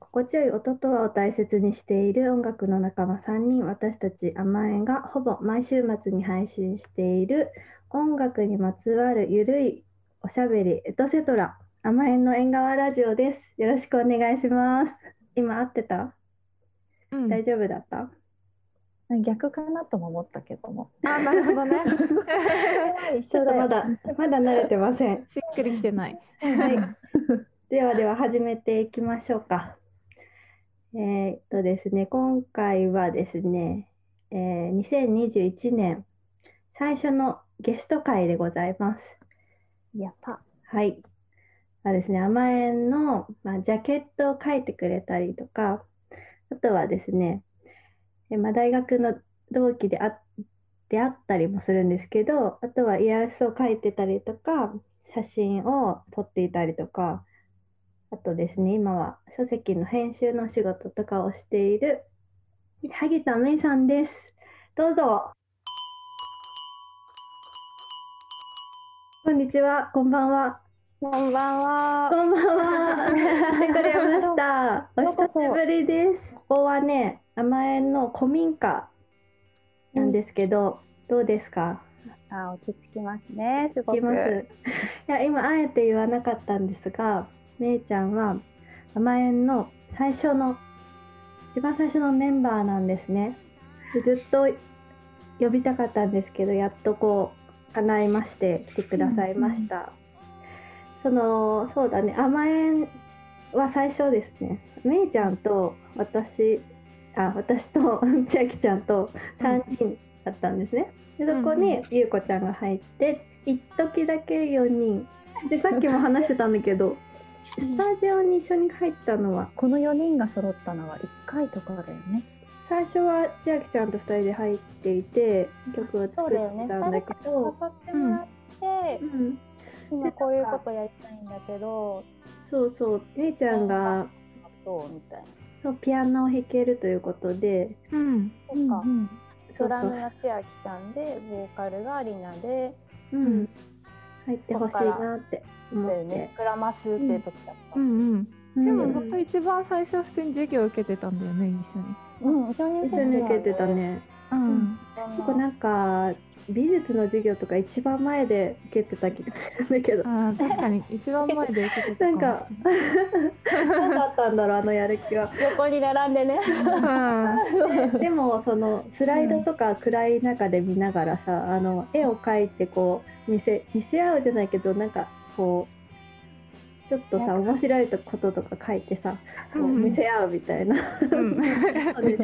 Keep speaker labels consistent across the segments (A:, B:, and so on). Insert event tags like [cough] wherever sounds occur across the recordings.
A: 心地よい音とを大切にしている音楽の仲間3人私たち甘えんがほぼ毎週末に配信している音楽にまつわるゆるいおしゃべりエトセトラ甘えんの縁側ラジオですよろしくお願いします今合ってた、
B: うん、
A: 大丈夫だった
C: 逆かなとも思ったけ
D: [laughs]
C: ども。
B: あなるほどね
C: 一
A: ちょ
C: 緒
A: っと
C: だ
A: ま
C: よ。
A: だまだ慣れてません
B: しっくりきてない
A: はい、ではでは始めていきましょうか。えーっとですね、今回はですね、えー2021年最初のゲスト会でございます。
C: やった。
A: はい。まあですね、甘えんの、まあ、ジャケットを描いてくれたりとか、あとはですね、えまあ、大学の同期であ出会ったりもするんですけど、あとはイラストを描いてたりとか、写真を撮っていたりとか、あとですね、今は書籍の編集のお仕事とかをしている萩田芽衣さんです。どうぞ。こんにちは、こんばんは。
D: こんばんは。
A: こんばんは。
D: [laughs]
A: 来てくれました。お
C: ようこそ
A: 久しぶりです。ここはね、甘えんの古民家なんですけど、どうですか。
D: あ、落ち着きますね。すご
A: 聞
D: く。
A: きます。いや、今あえて言わなかったんですが、めいちゃんは甘えんの最初の一番最初のメンバーなんですね。でずっと呼びたかったんですけど、やっとこう叶いまして来てくださいました。そのそうだね、甘えんは最初ですね。めいちゃんと私あ私と [laughs] 千秋ちゃんと3人だったんですね。でそこ
B: うん
A: にゆうこちゃんが入って一時だけ4人でさっきも話してたんだけどスタジオに一緒に入ったのは
C: この四人が揃ったのは一回とかだよね。
A: 最初は千秋ちゃんと2人で入っていて曲を作ってたんだけど。
D: 誘ってもらって
A: う、ん、
D: 今こういうことやりたいんだけど、
A: そうそうめいちゃんが
D: どうみたいな。
A: そうピアノを弾けるということで
B: うん
D: そ
C: うん
D: っ
C: う
D: か。
C: ん。
A: そ
D: ド
A: うそ
D: ラム
A: う、
D: が千秋ちゃんで、ボーカルがアリナで、
A: うん、入ってほしいなって思って、
D: ね、膨らますっていう時だっ
B: う
D: た。
B: んうん
A: うん
B: でも本当一番最初普通に授業受けてたんだよね一緒に
D: うん、一緒に
A: 一緒に受けてた。ね。
B: うん
A: 僕なんか美術の授業とか一番前で受けてた気がするんだけど
B: あー確かに一番前で受けてたか
A: な
B: も
A: ん
B: しれ
A: か何だったんだろうあのやる気は。
D: 横に並んでね。
B: ない
A: でもそのスライドとか暗い中で見ながらさ、あの絵を描いてこう見せ見せ合うじゃないけどなんかこうちょっとさ面白いこととか書いてさ、こう
B: うん
A: 見せ合うみたいな。
B: うんうん一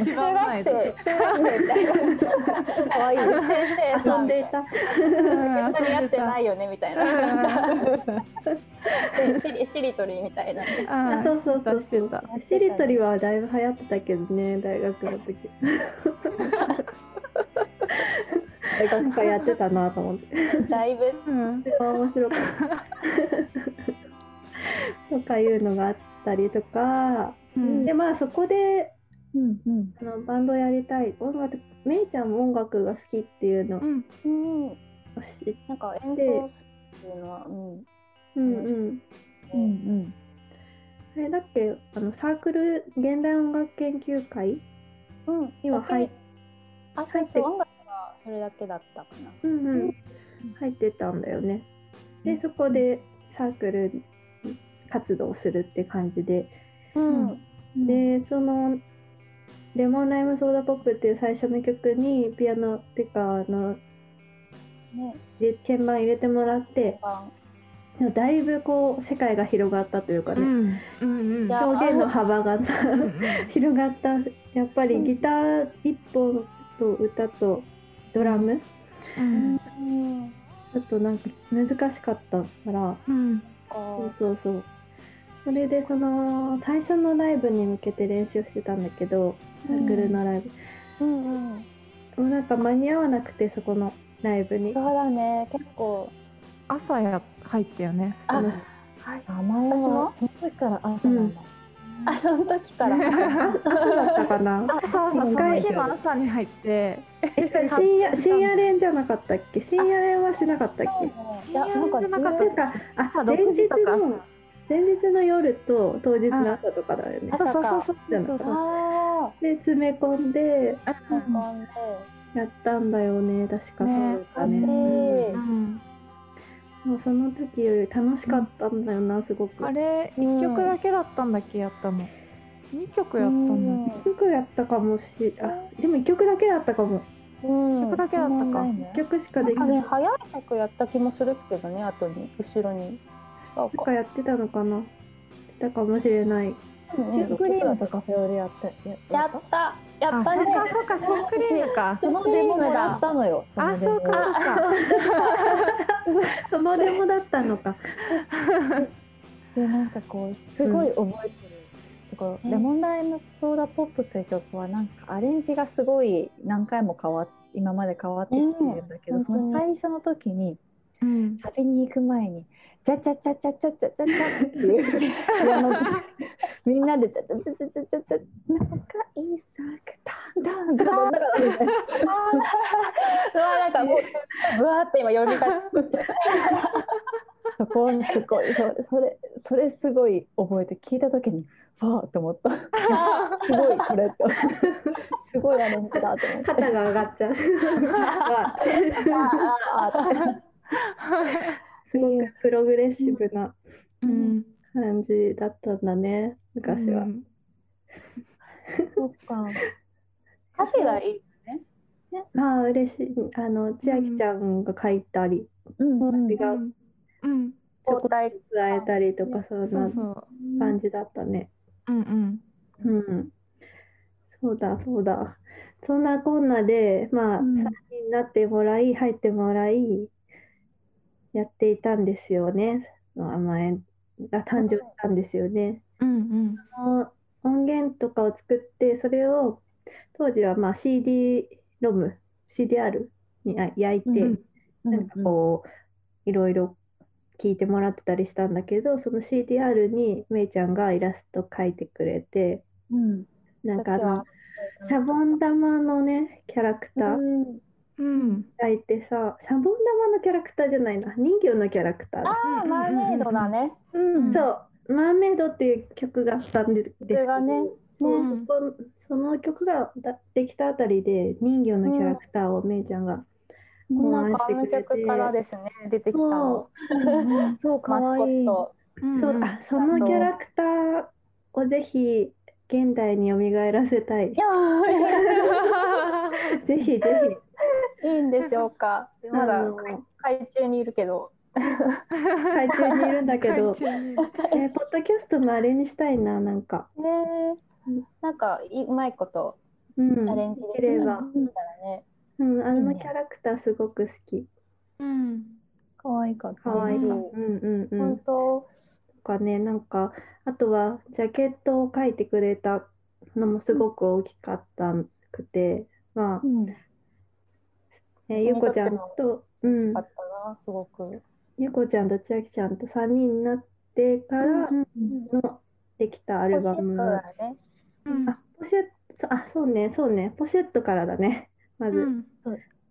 D: 中
B: 番
D: 学
B: 前で
D: 生、中学生みたいな。可愛い。先生
A: 遊
D: さ
A: ん
D: みた
A: で
D: い
A: い
D: な。
A: た。
B: うん
D: 別にやってないよねみたいな。でしり [laughs] しりとりみたいな。
B: あ
A: あそうそうそう
B: し
A: そ
B: て
A: う
B: た。
A: しりとりはだいぶ流行ってたけどね大学の時。大学会やってたなと思って。
D: だいぶ
B: うん
A: 一番面白かった。とかいうのがあったりとか、
B: うん
A: でまあそこで
C: うんうん。
A: あのバンドやりたい音楽めいちゃんも音楽が好きっていうのを
B: うん
D: うん、
A: 知っ
D: なんか演奏するっていうのは、うん、
A: うんうん
C: うんうん。
A: あれだっけあのサークル現代音楽研究会
D: うん、
A: には入っ
D: あ、そ
A: 入
D: う
A: って
D: そう、音楽はそれだけだったかな。
A: うんうん、入ってたんだよね。でそこでサークル活動をするって感じで、
D: うん、
A: でその「レモンライムソーダポップ」っていう最初の曲にピアノっていうかあの
D: ね、
A: で鍵盤入れてもらって
D: あ、
A: でもだいぶこう世界が広がったというか
B: う
A: ね、
B: んうんうん
D: いや
A: 表現の幅がさ [laughs] 広がったやっぱりギター一本と歌とドラム
B: うん
D: うん、
A: ちょっとなんか難しかったから。
B: うん
A: そう
D: こ
A: そうそう。それでその最初のライブに向けて練習してたんだけど、サークルのライブ。
D: う、うん、うん、
A: もうなんか間に合わなくてそこのライブに。
D: そうだね、結構、
B: 朝や入ったよね
D: あ
A: の
D: はい、
C: 名前
D: 私も
C: はその時から朝なんだ。
D: あ、その時から。
A: そうだったかな。
B: 朝朝その日の朝に入って
A: え深夜深夜練じゃなかったっけ？深夜練はしなかったっけ？
D: いや、なんか
B: 深夜
D: ず
B: じゃなか
A: な
B: っ
A: んかあ
B: 朝
A: 前
B: 6
A: 日
B: 時とか
A: の前日の夜と当日の朝とかだよね
D: あ。
B: そうそうそうそうそうそう
D: あ
A: で詰め込んで
D: あ、なんかね
A: やったんだよね確か
B: ね
A: そうだね
D: 楽しい
B: うん
A: もうその時より楽しかったんだよな、すごく
B: あれ
D: うん
B: 一曲だけだったんだっけやったの二曲やったんだっ
A: 一曲やったかもしあでも一曲だけだったかも
D: う
B: け一
D: ん
B: 曲だけだったか
A: 一曲しかでき
D: なんか
A: ない
D: ね、早い曲やった気もするけどね、後に、後ろに。なん
A: なんかやってたのかなやってたかもしれない
C: シュークリームと
D: か。
C: カフェオレやったや
D: やった、やったね。
B: あそうかそうかシュークリームか
C: そのデモもらったのよ。
B: あそうかそうか
A: そのデモだったのか
C: でなんかこうすごい覚えてる、とこ
D: うん
C: レモンライムソーダポップという曲はなんかアレンジがすごい何回も変わっ今まで変わってきてるんだけど、
D: うん
C: その最初の時に
B: [laughs] うん
C: サビに行く前に「チャチャチャチャチャチャチャチャ」っていうあのみんなで「チャチャチャチャチャチャチャ」なんかいいさダンダンダンダンみたいな [laughs]
D: うわ、なんかもう、ぶわーって今呼
C: [laughs]
D: びかけ。
C: そこすごいそれそれそれすごい覚えて聞いた時に「わあ」と思った。すごいこれって。すごいアレンジだと思って。
A: 肩が上がっちゃう [laughs] わ
D: あーあー
A: すごくプログレッシブな
B: うん
A: 感じだったんだね昔は、
B: うん
C: そっか。
D: 歌詞がいい。
A: まあ嬉しいあの千秋ちゃんが書いたり、
C: うんうん。
A: 違う
B: うん
A: ちょ
D: 交
A: こ
D: 代。
A: っと会えたりとかそん
B: そ
A: な
B: うそう
A: 感じだったね
B: うんう
A: う
B: ん
A: ん、そうだそうだそんなこんなでまあ、
C: うん
A: 3人になってもらい入ってもらいやっていたんですよね甘えが誕生したんですよね。
B: うん
A: その音源とかを作ってそれを当時はまあ CD ロム CDR にあ焼いて、
C: うん
A: なんかこう、いろいろ聞いてもらってたりしたんだけどその CDR にめいちゃんがイラスト描いてくれて。
C: うん。
A: なんかあのシャボン玉のねキャラクター
D: うん
B: うん
A: がいてさ、シャボン玉のキャラクターじゃないな人魚のキャラクターだ
D: ああ、マーメイドだね。
C: うん
B: ん
A: そう「マーメイド」っていう曲があったんでですけ
D: 曲が
A: ど、
D: ね
A: そう
B: う
A: そ
B: ん
A: こその曲がだできたあたりで人魚のキャラクターをめいちゃんが考
D: なん
A: 案
D: か
A: し
D: あ
A: て
D: の
A: くれて、
D: 曲からですね、出てきた
A: そ
D: の。
C: うんそうか
D: マス
C: わ
D: コ
C: い
D: ッ
C: い。
D: ト。
A: う
B: う
A: そう
B: だ [laughs]
A: あそのキャラクターをぜひ現代に蘇らせたい
D: い。や
A: ぜひぜ
D: ー、いいんでしょうか。
A: ひ。
D: ま
A: [laughs] あ
D: だ
A: の
D: 海中にいるけど。
A: 海中にいるんだけど
B: 海、中
A: え
B: に
A: ーポッドキャストのあれにしたいな、なんか。
D: ねえなんかいうまいこと
A: うん、
D: アレンジ
A: でき
D: でき
A: れ
D: た
A: ば
D: ら。ね。
A: うん、あ
C: い
A: の
C: いね
A: キャラクターすごく好き。
B: うん
C: かわいかった。
A: かわいい。う
D: う
A: ん
D: ん
A: うんう
D: 本
A: ん。と
D: 当。
A: かね、なんか、あとはジャケットを描いてくれたのもすごく大きかったくて、まあ
C: う、ん。
A: えーゆうこちゃんと、うん
D: あ、ったな、すごく。
A: ゆうこちゃんと千秋ちゃんと3人になってからのできたアル
D: 欲しい
A: バ
D: か
A: ム。
D: らね。
B: うん
A: あ、ポシェット、あ、そうね、そうね、ポシェットからだね、まず。
B: うん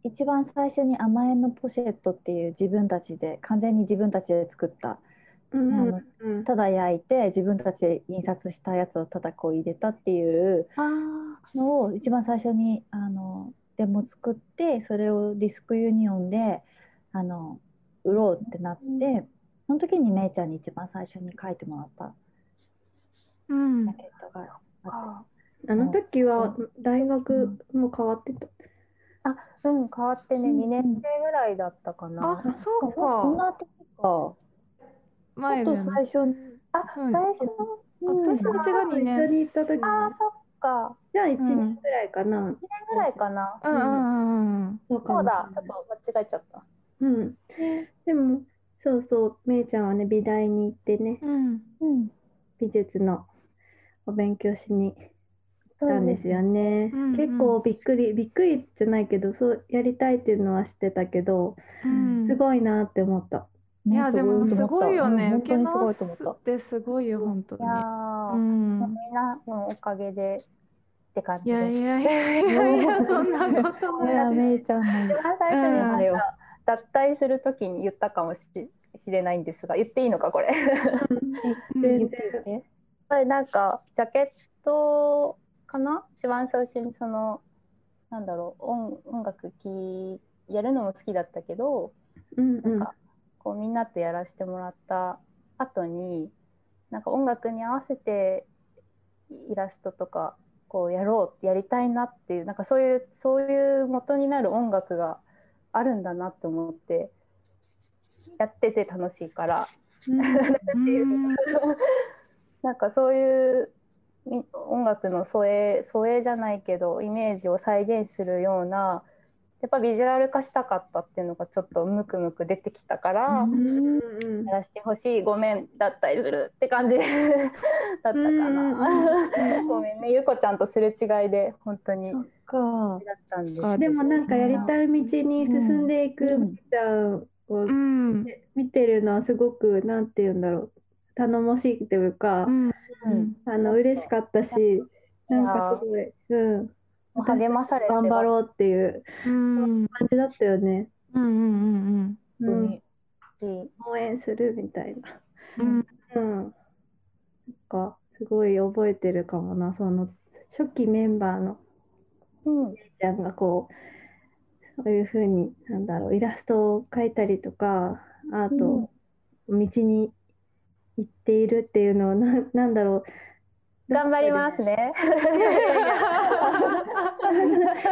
C: 一番最初に甘えんのポシェットっていう自分たちで完全に自分たちで作った
A: うん
C: あ
A: うん
C: の
A: うん、
C: ただ焼いて自分たちで印刷したやつをただこう入れたっていう
B: あ
C: のを一番最初にあのデモ作ってそれをディスクユニオンであの売ろうってなって、その時にめいちゃんに一番最初に書いてもらった
B: うん
C: ジャケットがあっ
A: あの時は大学も変わってた。
D: うん、変わってね、
C: うん
D: 2年生ぐらいだったか
B: あ
D: な。
B: そう
C: て、そん
B: か
C: な時かちょ
B: 前
C: っ
B: だ
C: と
B: よね
C: 最初に、
D: あ、
B: うん
D: 最初。
C: うん
B: 私たちが2
A: 一緒
B: 年
A: に行った時
D: あー、そっか。
A: じゃあ1年ぐらいかな。
D: 2年ぐらいかな。
B: うんうんうん
A: そうか
D: そ
A: も
D: うだ、ちょっと間違えちゃった。
A: うん。でも、そうそう、めいちゃんはね、美大に行ってね、
B: うん
C: うん、
A: 美術のお勉強しに行
C: そ
A: ったん
C: う
A: ですよね。
B: うんうん
A: 結構びっくり、びっくりじゃないけど、そうやりたいっていうのは知ってたけど、
B: うん
A: すごいなって思った。
B: い
C: ね
B: やでも
C: す
B: すごいよね
C: うん
B: 受け
C: 本当にすご
B: 直
C: い
B: す
C: と思った
B: ってすごいよ本当
D: い
B: に
D: や
B: う
D: ー、もうんみんなのおかげでって
B: い
D: 感じ
B: や
D: で
B: い
D: す。
B: やいやいやいやそんなこと
C: い
B: ない
C: やめいちゃんの
D: 一番最初に
B: うん
D: あれを脱退するときに言ったかもしれない。しれないんですが言っていいのかこれ
B: [laughs]
A: 全
D: 言
A: 然
D: って言ってこれなんかジャケットかな一番最初にそのなんだろう音音楽聴やるのも好きだったけど
A: うんう
D: なん
A: ん
D: かこうみんなとやらせてもらった後になんか音楽に合わせてイラストとかこうやろうやりたいなっていうなんかそういうそういう元になる音楽があるんだなって思ってやってて楽しいから
B: うん
D: なんかそういうみ音楽の疎影疎影じゃないけどイメージを再現するようなやっぱビジュアル化したかったっていうのがちょっとムクムク出てきたから。
A: うんうん
D: やらしてほしいごめんだったりするって感じ [laughs] だったか
A: うんうんう
D: な。
A: ん
D: ごめんねゆうこちゃんとすれ違いで本当に
C: そ
D: だ
C: っか。
D: ったんですけ
B: そっ
D: ど。
B: か
A: でもなんかやりたい道に進んでいく
C: うん
A: みーちゃんを
B: うん
A: 見てるのはすごくなんて言うんだろう頼もしいというか、
B: うん
D: うん
A: あの嬉しかったしなんかすごい、うん、
D: もう励まされて
A: 頑張ろうっていう
B: うん
A: 感じだったよね。
B: うんうん
A: う
C: 本当
A: ん、
C: に
D: う。
A: 応援するみたいな。
B: うん
A: うん、なんかすごい覚えてるかもなその初期メンバーの
D: うん
A: めいちゃんがこうそういう風になんだろうイラストを描いたりとかアートを道に行っているっていうのをなんなんだろう
D: 頑張りますね。
A: でどこか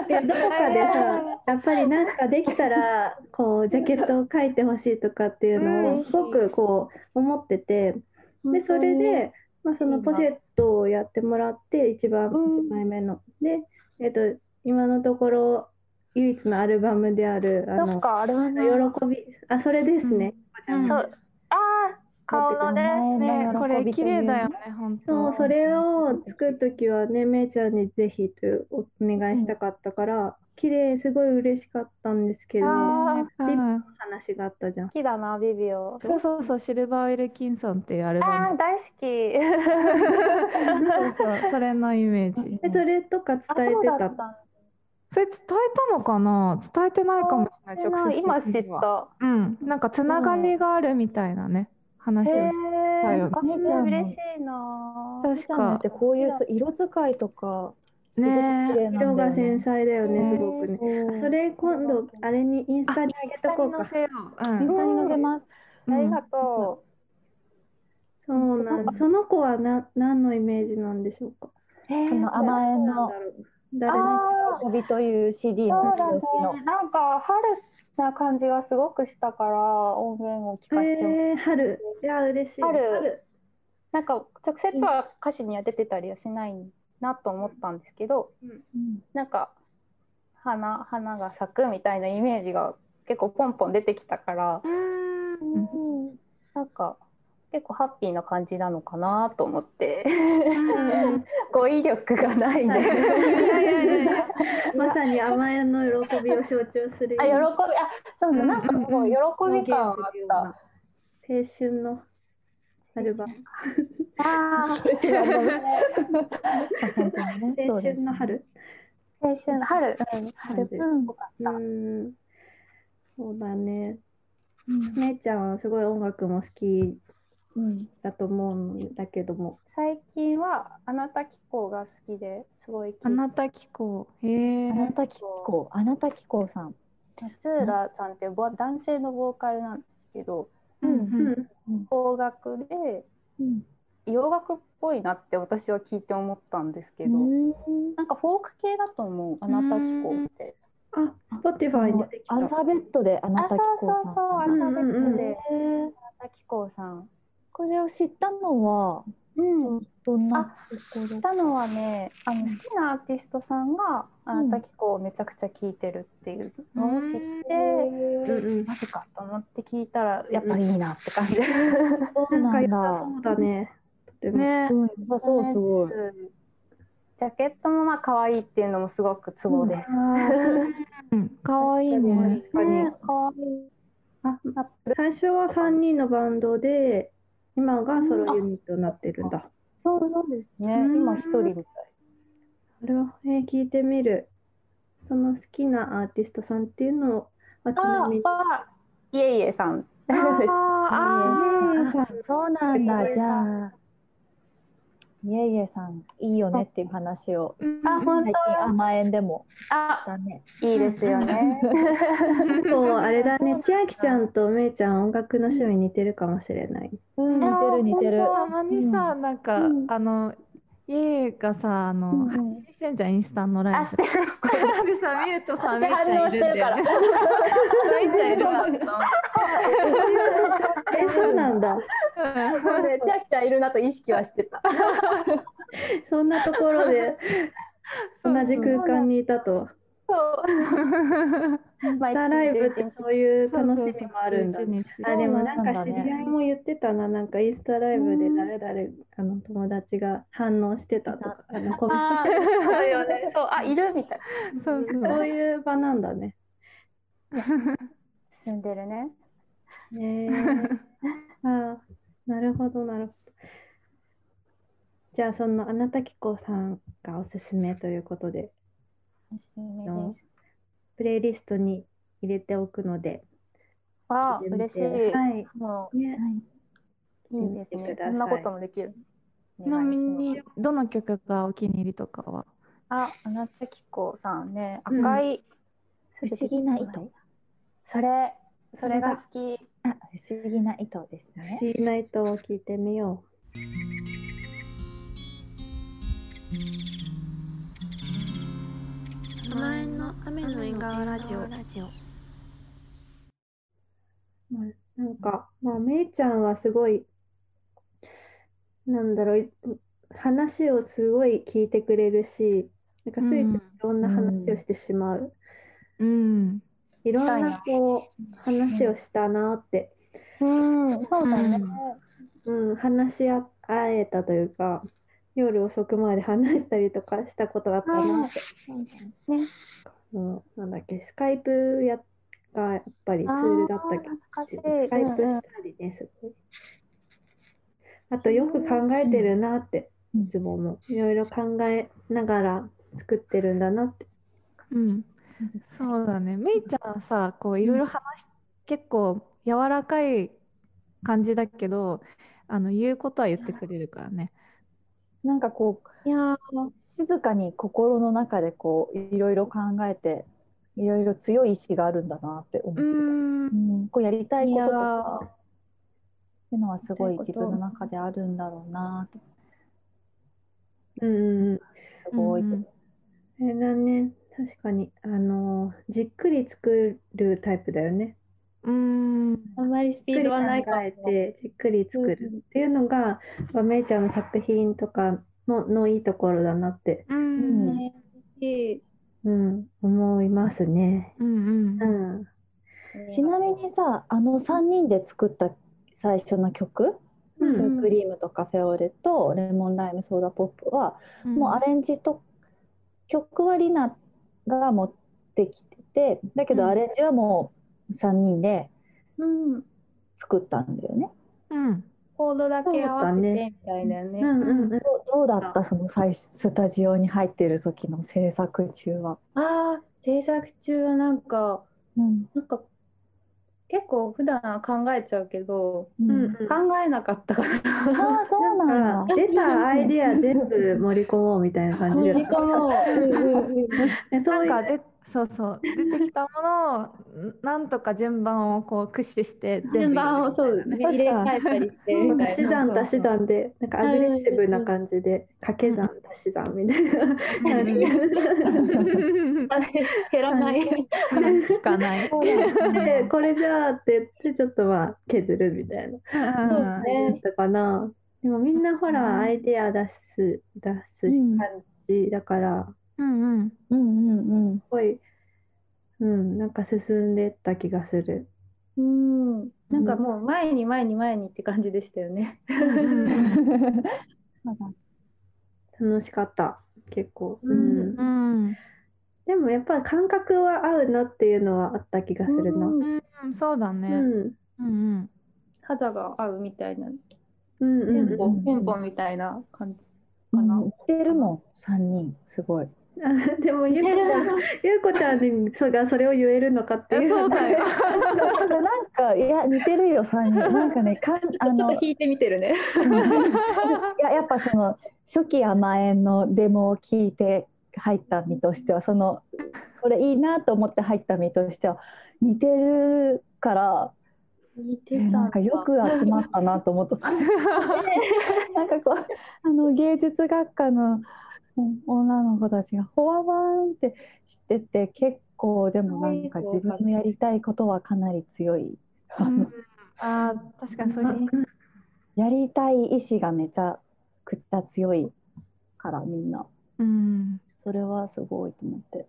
A: でさやっぱりなんかできた
D: [laughs]
A: らこうジャケットを描いてほしいとかっていうの
D: う
A: を
D: ん
A: すごくこう思ってて
D: [laughs]
A: でそれで、まあ、そのポシェットをやってもらって一番
D: う
A: 1
D: ん
A: 枚目の。で、えっと今のところ唯一のアルバムである「あ
D: 本当に。そっ
A: の
D: かあれはね。
A: 喜び」あそれですね。
B: うん
D: そうああ顔のね。
B: ねこれ綺麗だよね。本
A: そ
B: 当
A: うそれを作る時はねめいちゃんにぜひというお願いしたかったから、綺麗すごい嬉しかったんですけど
D: あ
B: うん
A: 話があったじゃん
D: 好。きだなビビオ。
B: そうそうそうシルバーウィルキンソンっていうアルバ
D: ああ
B: ム
D: 大好き。
B: そうそうそれのイメージ
A: えそれとか伝
D: あ
A: えて
D: そうだ
A: た
D: ったんだ
B: それ伝えたのかな伝えてないかもしれない直接的には
D: 今知った。
B: うんなんかつながりがあるみたいなね話
D: へ
B: を
D: え
B: し。たよ
D: あ
C: 姉ちゃんの
D: 嬉しいな。
B: 確
C: ちゃんなん
B: か
C: てこういうそう色使いとかすごく綺
B: ね
C: 麗な
A: 色
C: んだ
A: が
C: よね
A: 繊細だよね
D: ね
A: すごくね。
C: そう
A: それ今度あれにインスタにあげとこう
B: 下に
A: か
B: 載。せようう
C: イン
B: ん
C: スタに載せます。
D: ありがと
A: そうなん
C: そ
A: その子はな何のイメージなんでしょうか。
D: う。
C: その甘えん
A: なん
C: の
A: だろう
D: あ
A: 誰の
D: あ
C: 喜びという
D: ー、
C: CD の
D: そう
C: 表
D: だ
C: 紙の
D: ね。なんか春な感じがすごくしたから音源を聞かせてもらう
A: えー、春いや嬉しい。
D: 春なんか直接は歌詞には出てたりはしないなと思ったんですけど、
C: うん
D: なんか花花が咲くみたいなイメージが結構ポンポン出てきたから、
B: うん
D: なんか結構ハッピーな感じなのかなと思って、
A: うんうん
D: 語彙力がないね。
B: いやいやいやいや
A: まさに甘えんの喜びを象徴するよう
D: [laughs] あ
A: な。
D: 喜びあそうだ、なんかもう喜び感あっ
A: 表現するよう
D: た。
A: な青春のアルバム。
D: ああ、
A: 青
C: 本当にね。そうで
A: 春
C: す
A: の春。
D: 青春の春。
A: 春
C: う
A: うんん。そうだね。
C: うん
A: めいちゃんはすごい音楽も好き
C: うん
A: だと思うんだけども。
D: 最近はあなた気候が好きですごい聞いて。
B: あなた気候へえ
C: あなたきこう、あなたきこうさん。
D: 松浦さんってボ男性のボーカルなんですけど、
A: う
B: うん
A: ん。
D: 邦楽で
C: うん。
D: 洋楽っぽいなって私は聞いて思ったんですけ
C: う
D: ど、
C: ん
D: なんかフォーク系だと思う。あなた気候って。
A: あ、Spotify に出てきた。
C: アルファベットであな
D: あ、そ
C: た
D: う
C: き
D: そう
C: こうさん
D: そう。ア
C: なん
D: ルファ
C: だ。
D: ベットで
C: へー
D: あなた気候さん。
C: これを知ったのは
D: うん。
C: どんなところ
D: いたのはねあの
C: う
D: 好
C: ん
D: きなアーティストさんが「あなた紀子をめちゃくちゃ聴いてる」っていうのを知って、
A: うんうん。
D: マジかと思って聞いたらやっぱりいいなって感じ。
C: そ
A: な
C: う
A: ん
C: な
A: か良
C: ん
A: さそ。
C: だ
A: うだね。とても。
B: ね
C: うん、良さそうすごい。
D: ジャケットもまあ可愛いっていうのもすごくツボで
A: あ
D: す。
A: ー
B: うん可愛いね
A: 確かに
C: ね可愛い。
A: あ [laughs] 最初は3人のバンドで今がソロユニットになってるんだ。
D: そうそうですね。
A: うん
D: 今一人みたい。
A: あれは、えー聞いてみる。その好きなアーティストさんっていうのを、あちな
D: あ
A: みに、
D: [laughs] はイエイエさん。
B: あーあ
C: あそうなんだじゃあいえいえさんいいよねっていう話を
B: うん
D: あほん
C: 最近甘えんでもし
D: あ
C: たね
D: いいですよね。
A: 結構あれだね、 [laughs] 千秋ちゃんとめいちゃん音楽の趣味似てるかもしれない。
C: うん似てる似てる
D: あ
B: たまにさ、なんか、
A: うん
B: あの家がさあの、
C: うん
B: 配信してんじゃんインスタのライ
D: あ
B: ブ
D: してるしてる。
B: でさミュートさ [laughs]
D: 私
B: めいちゃんいるんだよね
D: 反
B: めいちゃんいるなと思って
A: え、そうなんだ。
B: うん
D: そうねちゃきちゃんいるなと意識はしてた。
A: [laughs] そんなところ [laughs] で同じ空間にいたと。
D: そう。
A: ス
D: 毎
A: ターライブってそういう楽しみもあるんだ。
B: そうそうそう11
A: あでもなん
C: そ
A: か
C: う
A: 知
C: なん
A: り
C: だね
A: 合いも言ってたな、なんかインスタライブで誰々あの友達が反応してたとか、あのコメン
D: ああ、そうよね。そう、あ、いるみたいな。
B: そう
A: トそういう場なんだね。
D: 進んでるね。
B: [laughs]
A: ねえああなるほどなるほど。じゃあそのあなたきこさんがおすすめということで
D: おすすめ
A: の
D: です。
A: プレイリストに入れておくので
D: あ
A: 見てみ
D: 嬉してい。
A: はい
D: も
A: ね
D: ういいです
A: 見てく。
D: ね
A: ださ
D: こ
A: い
D: んなこともできる。
B: ちなみにどの曲がお気に入りとかは
D: あ、あなたきこさんね、
A: うん
D: 赤い。
C: 不思議な糸
D: それ、それが好き。
C: あ不思議な糸ですね
A: シーナイトを聞いてみよ
E: 甘えんの雨の縁側ラジオ。
A: う。まあなんかまあめいちゃんはすごいなんだろうい話をすごい聞いてくれるしなんかついていろんな話をしてしまう。
B: うん
A: いろん
D: したい
A: な
D: な
A: こう話をしたなって、
D: うん、そうだね。
A: うん、話し合えたというか夜遅くまで話したりとかしたことがあったなって、
D: ね。
A: うん、なんだっけスカイプやがやっぱりツールだったけ
D: あー懐かしい。
A: どスカイプ
D: うんう
A: し
D: ん
A: たりねすごい。あとよく考えてるなって、
C: うん
A: いつも思ういろいろ考えながら作ってるんだなって。
B: うんそうだねめいちゃんさこういろいろ話し結構柔らかい感じだけどあの言うことは言ってくれるからね
C: なんかこう
D: いやー
C: 静かに心の中でこういろいろ考えていろいろ強い意志があるんだなって思ってた、
B: ん
C: うんこうやりたいこと
D: い
C: と
D: や
C: かっていうのはすごい
D: やりたい
C: 自
D: こと
C: 分の中であるんだろうなと
A: うんうんうん
C: すごいと、
B: うん
A: あれだね確かにあのーじっくり作るタイプだよね。
B: うん
D: あんまりスピードはないかも。
A: じっくり考えてじっくり作るっていうのが、まあ、めいちゃんの作品とかののいいところだなって、
B: う
C: うん
B: ん
D: ねいい
A: うん、思いますね。
B: うん
A: う
B: うん
A: ん、
C: ちなみにさあの3人で作った最初の曲「シ
A: う
C: ュ
A: ん
C: ークリーム」とか「フェオレ」と「レモンライムソーダポップ」はもうアレンジと曲はリナが持ってきててだけ
B: う
C: ど
B: ん
C: アレンジはもう3人で
D: うん、
C: 作ったんだよね。
B: うん
D: コードだけ合わせてみたいだよ
A: う
D: ね。
A: んうんうん
C: どうどうだったその最初スタジオに入ってる時の制作中は。
D: ああ、制作中はなんか、
C: うん
D: なんか、結構普段は考えちゃうけど、
C: う
A: うん
C: ん
A: うん
D: 考えなかったから。
C: ああそうな
A: あ
C: んだ。
A: 出たアイデア全部盛り込もうみたいな感じ
D: [laughs]
A: だっ
D: り
A: た
D: 込もう。
A: ねそういう
B: なんかでそうそう出てきたものをんなんとか順番をこう駆使して
D: [laughs] 順番をそう、
B: ね
D: 入れ替えたりしてみたい
A: 足し
D: な。
A: 算足し算でなんかアグレッシブな感じで掛け算足し算みたいな感じ
D: 減らない。
B: 聞 [laughs] かない。
A: [laughs] でこれじゃあって言ってちょっとまあ削るみたいな。
B: うん
A: だったかな。でもみんなほ
B: うん
A: らアイデア出す出す
C: うん
A: 感じだからす
B: うんうん
C: うんうんうん。
A: ごい、うん、なんか進んでった気がする。
D: うん、なんかもう前に前に前にって感じでしたよね。
C: [laughs]
A: 楽しかった結構、う
D: うん
A: ん
B: うん
A: でもやっぱり感覚は合うなっていうのはあった気がするな。うん
D: うん
B: うんそうだね。うん
D: 肌が合うみたいな、
A: うん
D: テ
A: う
D: ン
A: んう
D: ポ、
A: ん
D: テンポみたいな感じ。
C: うん、似てるもん3人すごい。
A: あ [laughs] でもゆうこちゃ
B: [laughs]
A: んゆうこちゃんにそうがそれを言えるのかっていう
B: そう
A: [laughs]
B: だよ。
C: なんかいや似てるよ3人なんかねかん [laughs] あ
F: ちょっ
C: の
F: と引いてみてるね。
C: いややっぱその初期甘えんのデモを聞いて入った身としてはそのこれいいなと思って入った身としては似てるから
F: 似て
C: え
F: たんだ。
C: なんかよく集まったなと思ったさなんかこうあの芸術学科のうん女の子たちがほわわーんって知ってて結構でもなんか自分のやりたいことはかなり強い。あの
B: あー確かにそういう
C: やりたい意志がめちゃくちゃ強いからみんな
B: うん。
C: それはすごいと思って、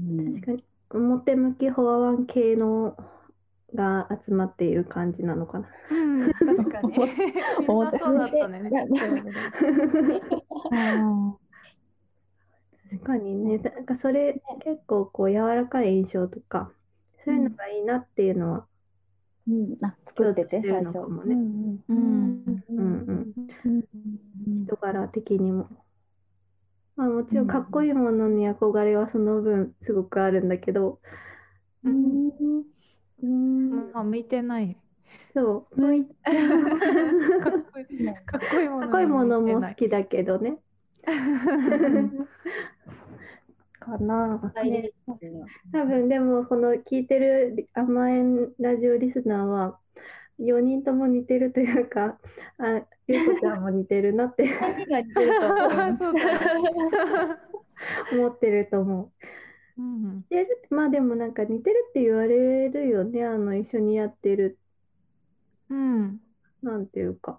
C: うん
A: [laughs] 確かに表向きホワワン系のが集まっている感じなのかな。
B: うん、確かに。みんなそうだったね。
A: 確かにね、なんかそれ結構こう柔らかい印象とか、そういうのがいいなっていうのは、
C: うん、あ作ってて
A: 共通してるの
C: 最初
A: かもね
C: うん
B: う
C: うんん
A: うんうん、
C: うんうん
A: 人柄的にも。まあもちろんかっこいいものに憧れはその分すごくあるんだけど、
B: うん
C: うん
B: あ向いてない。
A: そう、向い
B: かっこいい。かっこいいもの。
A: かっこいいものも好。きだけど [laughs] ね。かなあ、ね、多分でもこの聞いてる甘えんラジオリスナーは4人とも似てるというかあゆうこちゃんも似てるなって
F: 何が似てると思う
B: そうだね
A: 思ってると思
B: うん
A: う。でまあでもなんか似てるって言われるよねあの一緒にやってる
B: うん。
A: なんていうか。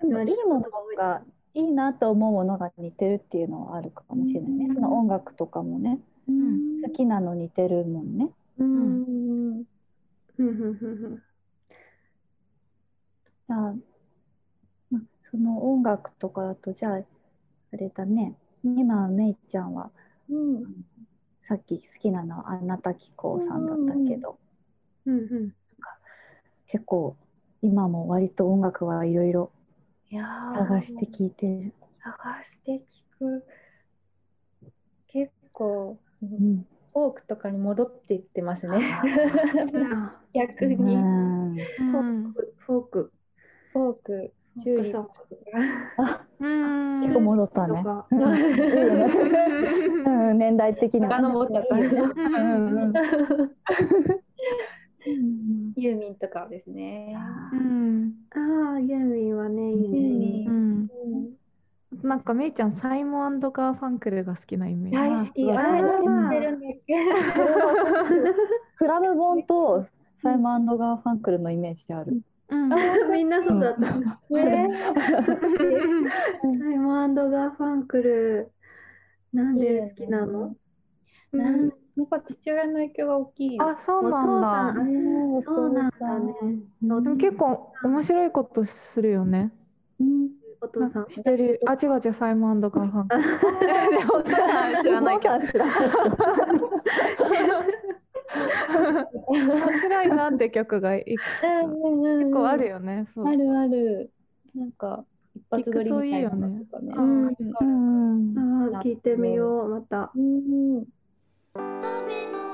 C: でもいいものがいいなと思うものが似てるっていうのはあるかもしれないねその音楽とかもね
B: ん
C: 好きなの似てるもんね
A: うんふんふんふんふん
C: じゃあ、まその音楽とかだとじゃああれだね今めいちゃんは
D: うん
C: さっき好きなのはあなた紀行さんだったけど、
A: うんふ
C: 結構今も割と音楽はいろいろ
F: いやー
C: 探して聞いてる。
F: 探して聞く結構
C: うん、
F: フォークとかに戻っていってますね
A: んあ
F: [laughs] 逆
C: う
F: に
C: ん
B: うん。
A: フォーク
F: フォークチューリップと
C: あ
B: うん
C: 結構戻ったね。
A: か
F: か
C: いいよねうん、年代的には。
F: 遡っちゃった
C: いいよねうんうん
F: ユーミンとかですね
B: うん。
A: ああユーミンはねいいね
F: ユーミ
B: う
F: ン
B: ん。なんかめいちゃんサイモンガーファンクルが好きなイメージ。
F: 大好き
C: あ
F: あれ何してるんだっけ
C: クラブボンとサイモンガーファンクルのイメージある。
B: うん。
A: [laughs] みんなそうだった。
F: ね
A: タイムアンドガーファンクルなんで好きなの？
F: なんやっぱ父親の影響が大きい
B: あ、そう
A: お父さ
B: なんだ。
A: ん
C: お
A: あそうなんだね。
B: でも結構面白いことするよね。
A: お父
B: なん
A: さ
B: か
A: ん。
B: してる。あ、違う違う、サイモンガーファンクル。でお父さんは知らないけど。
C: お父さん知らないけど
B: 面白いなって曲がい結
F: 結
B: 構あるよね。そう。
F: あるあるなんか一発撮りみたいなのとかね
B: あーわかる
C: うん
A: ああ聞いてみようまた。
F: うん
E: 雨の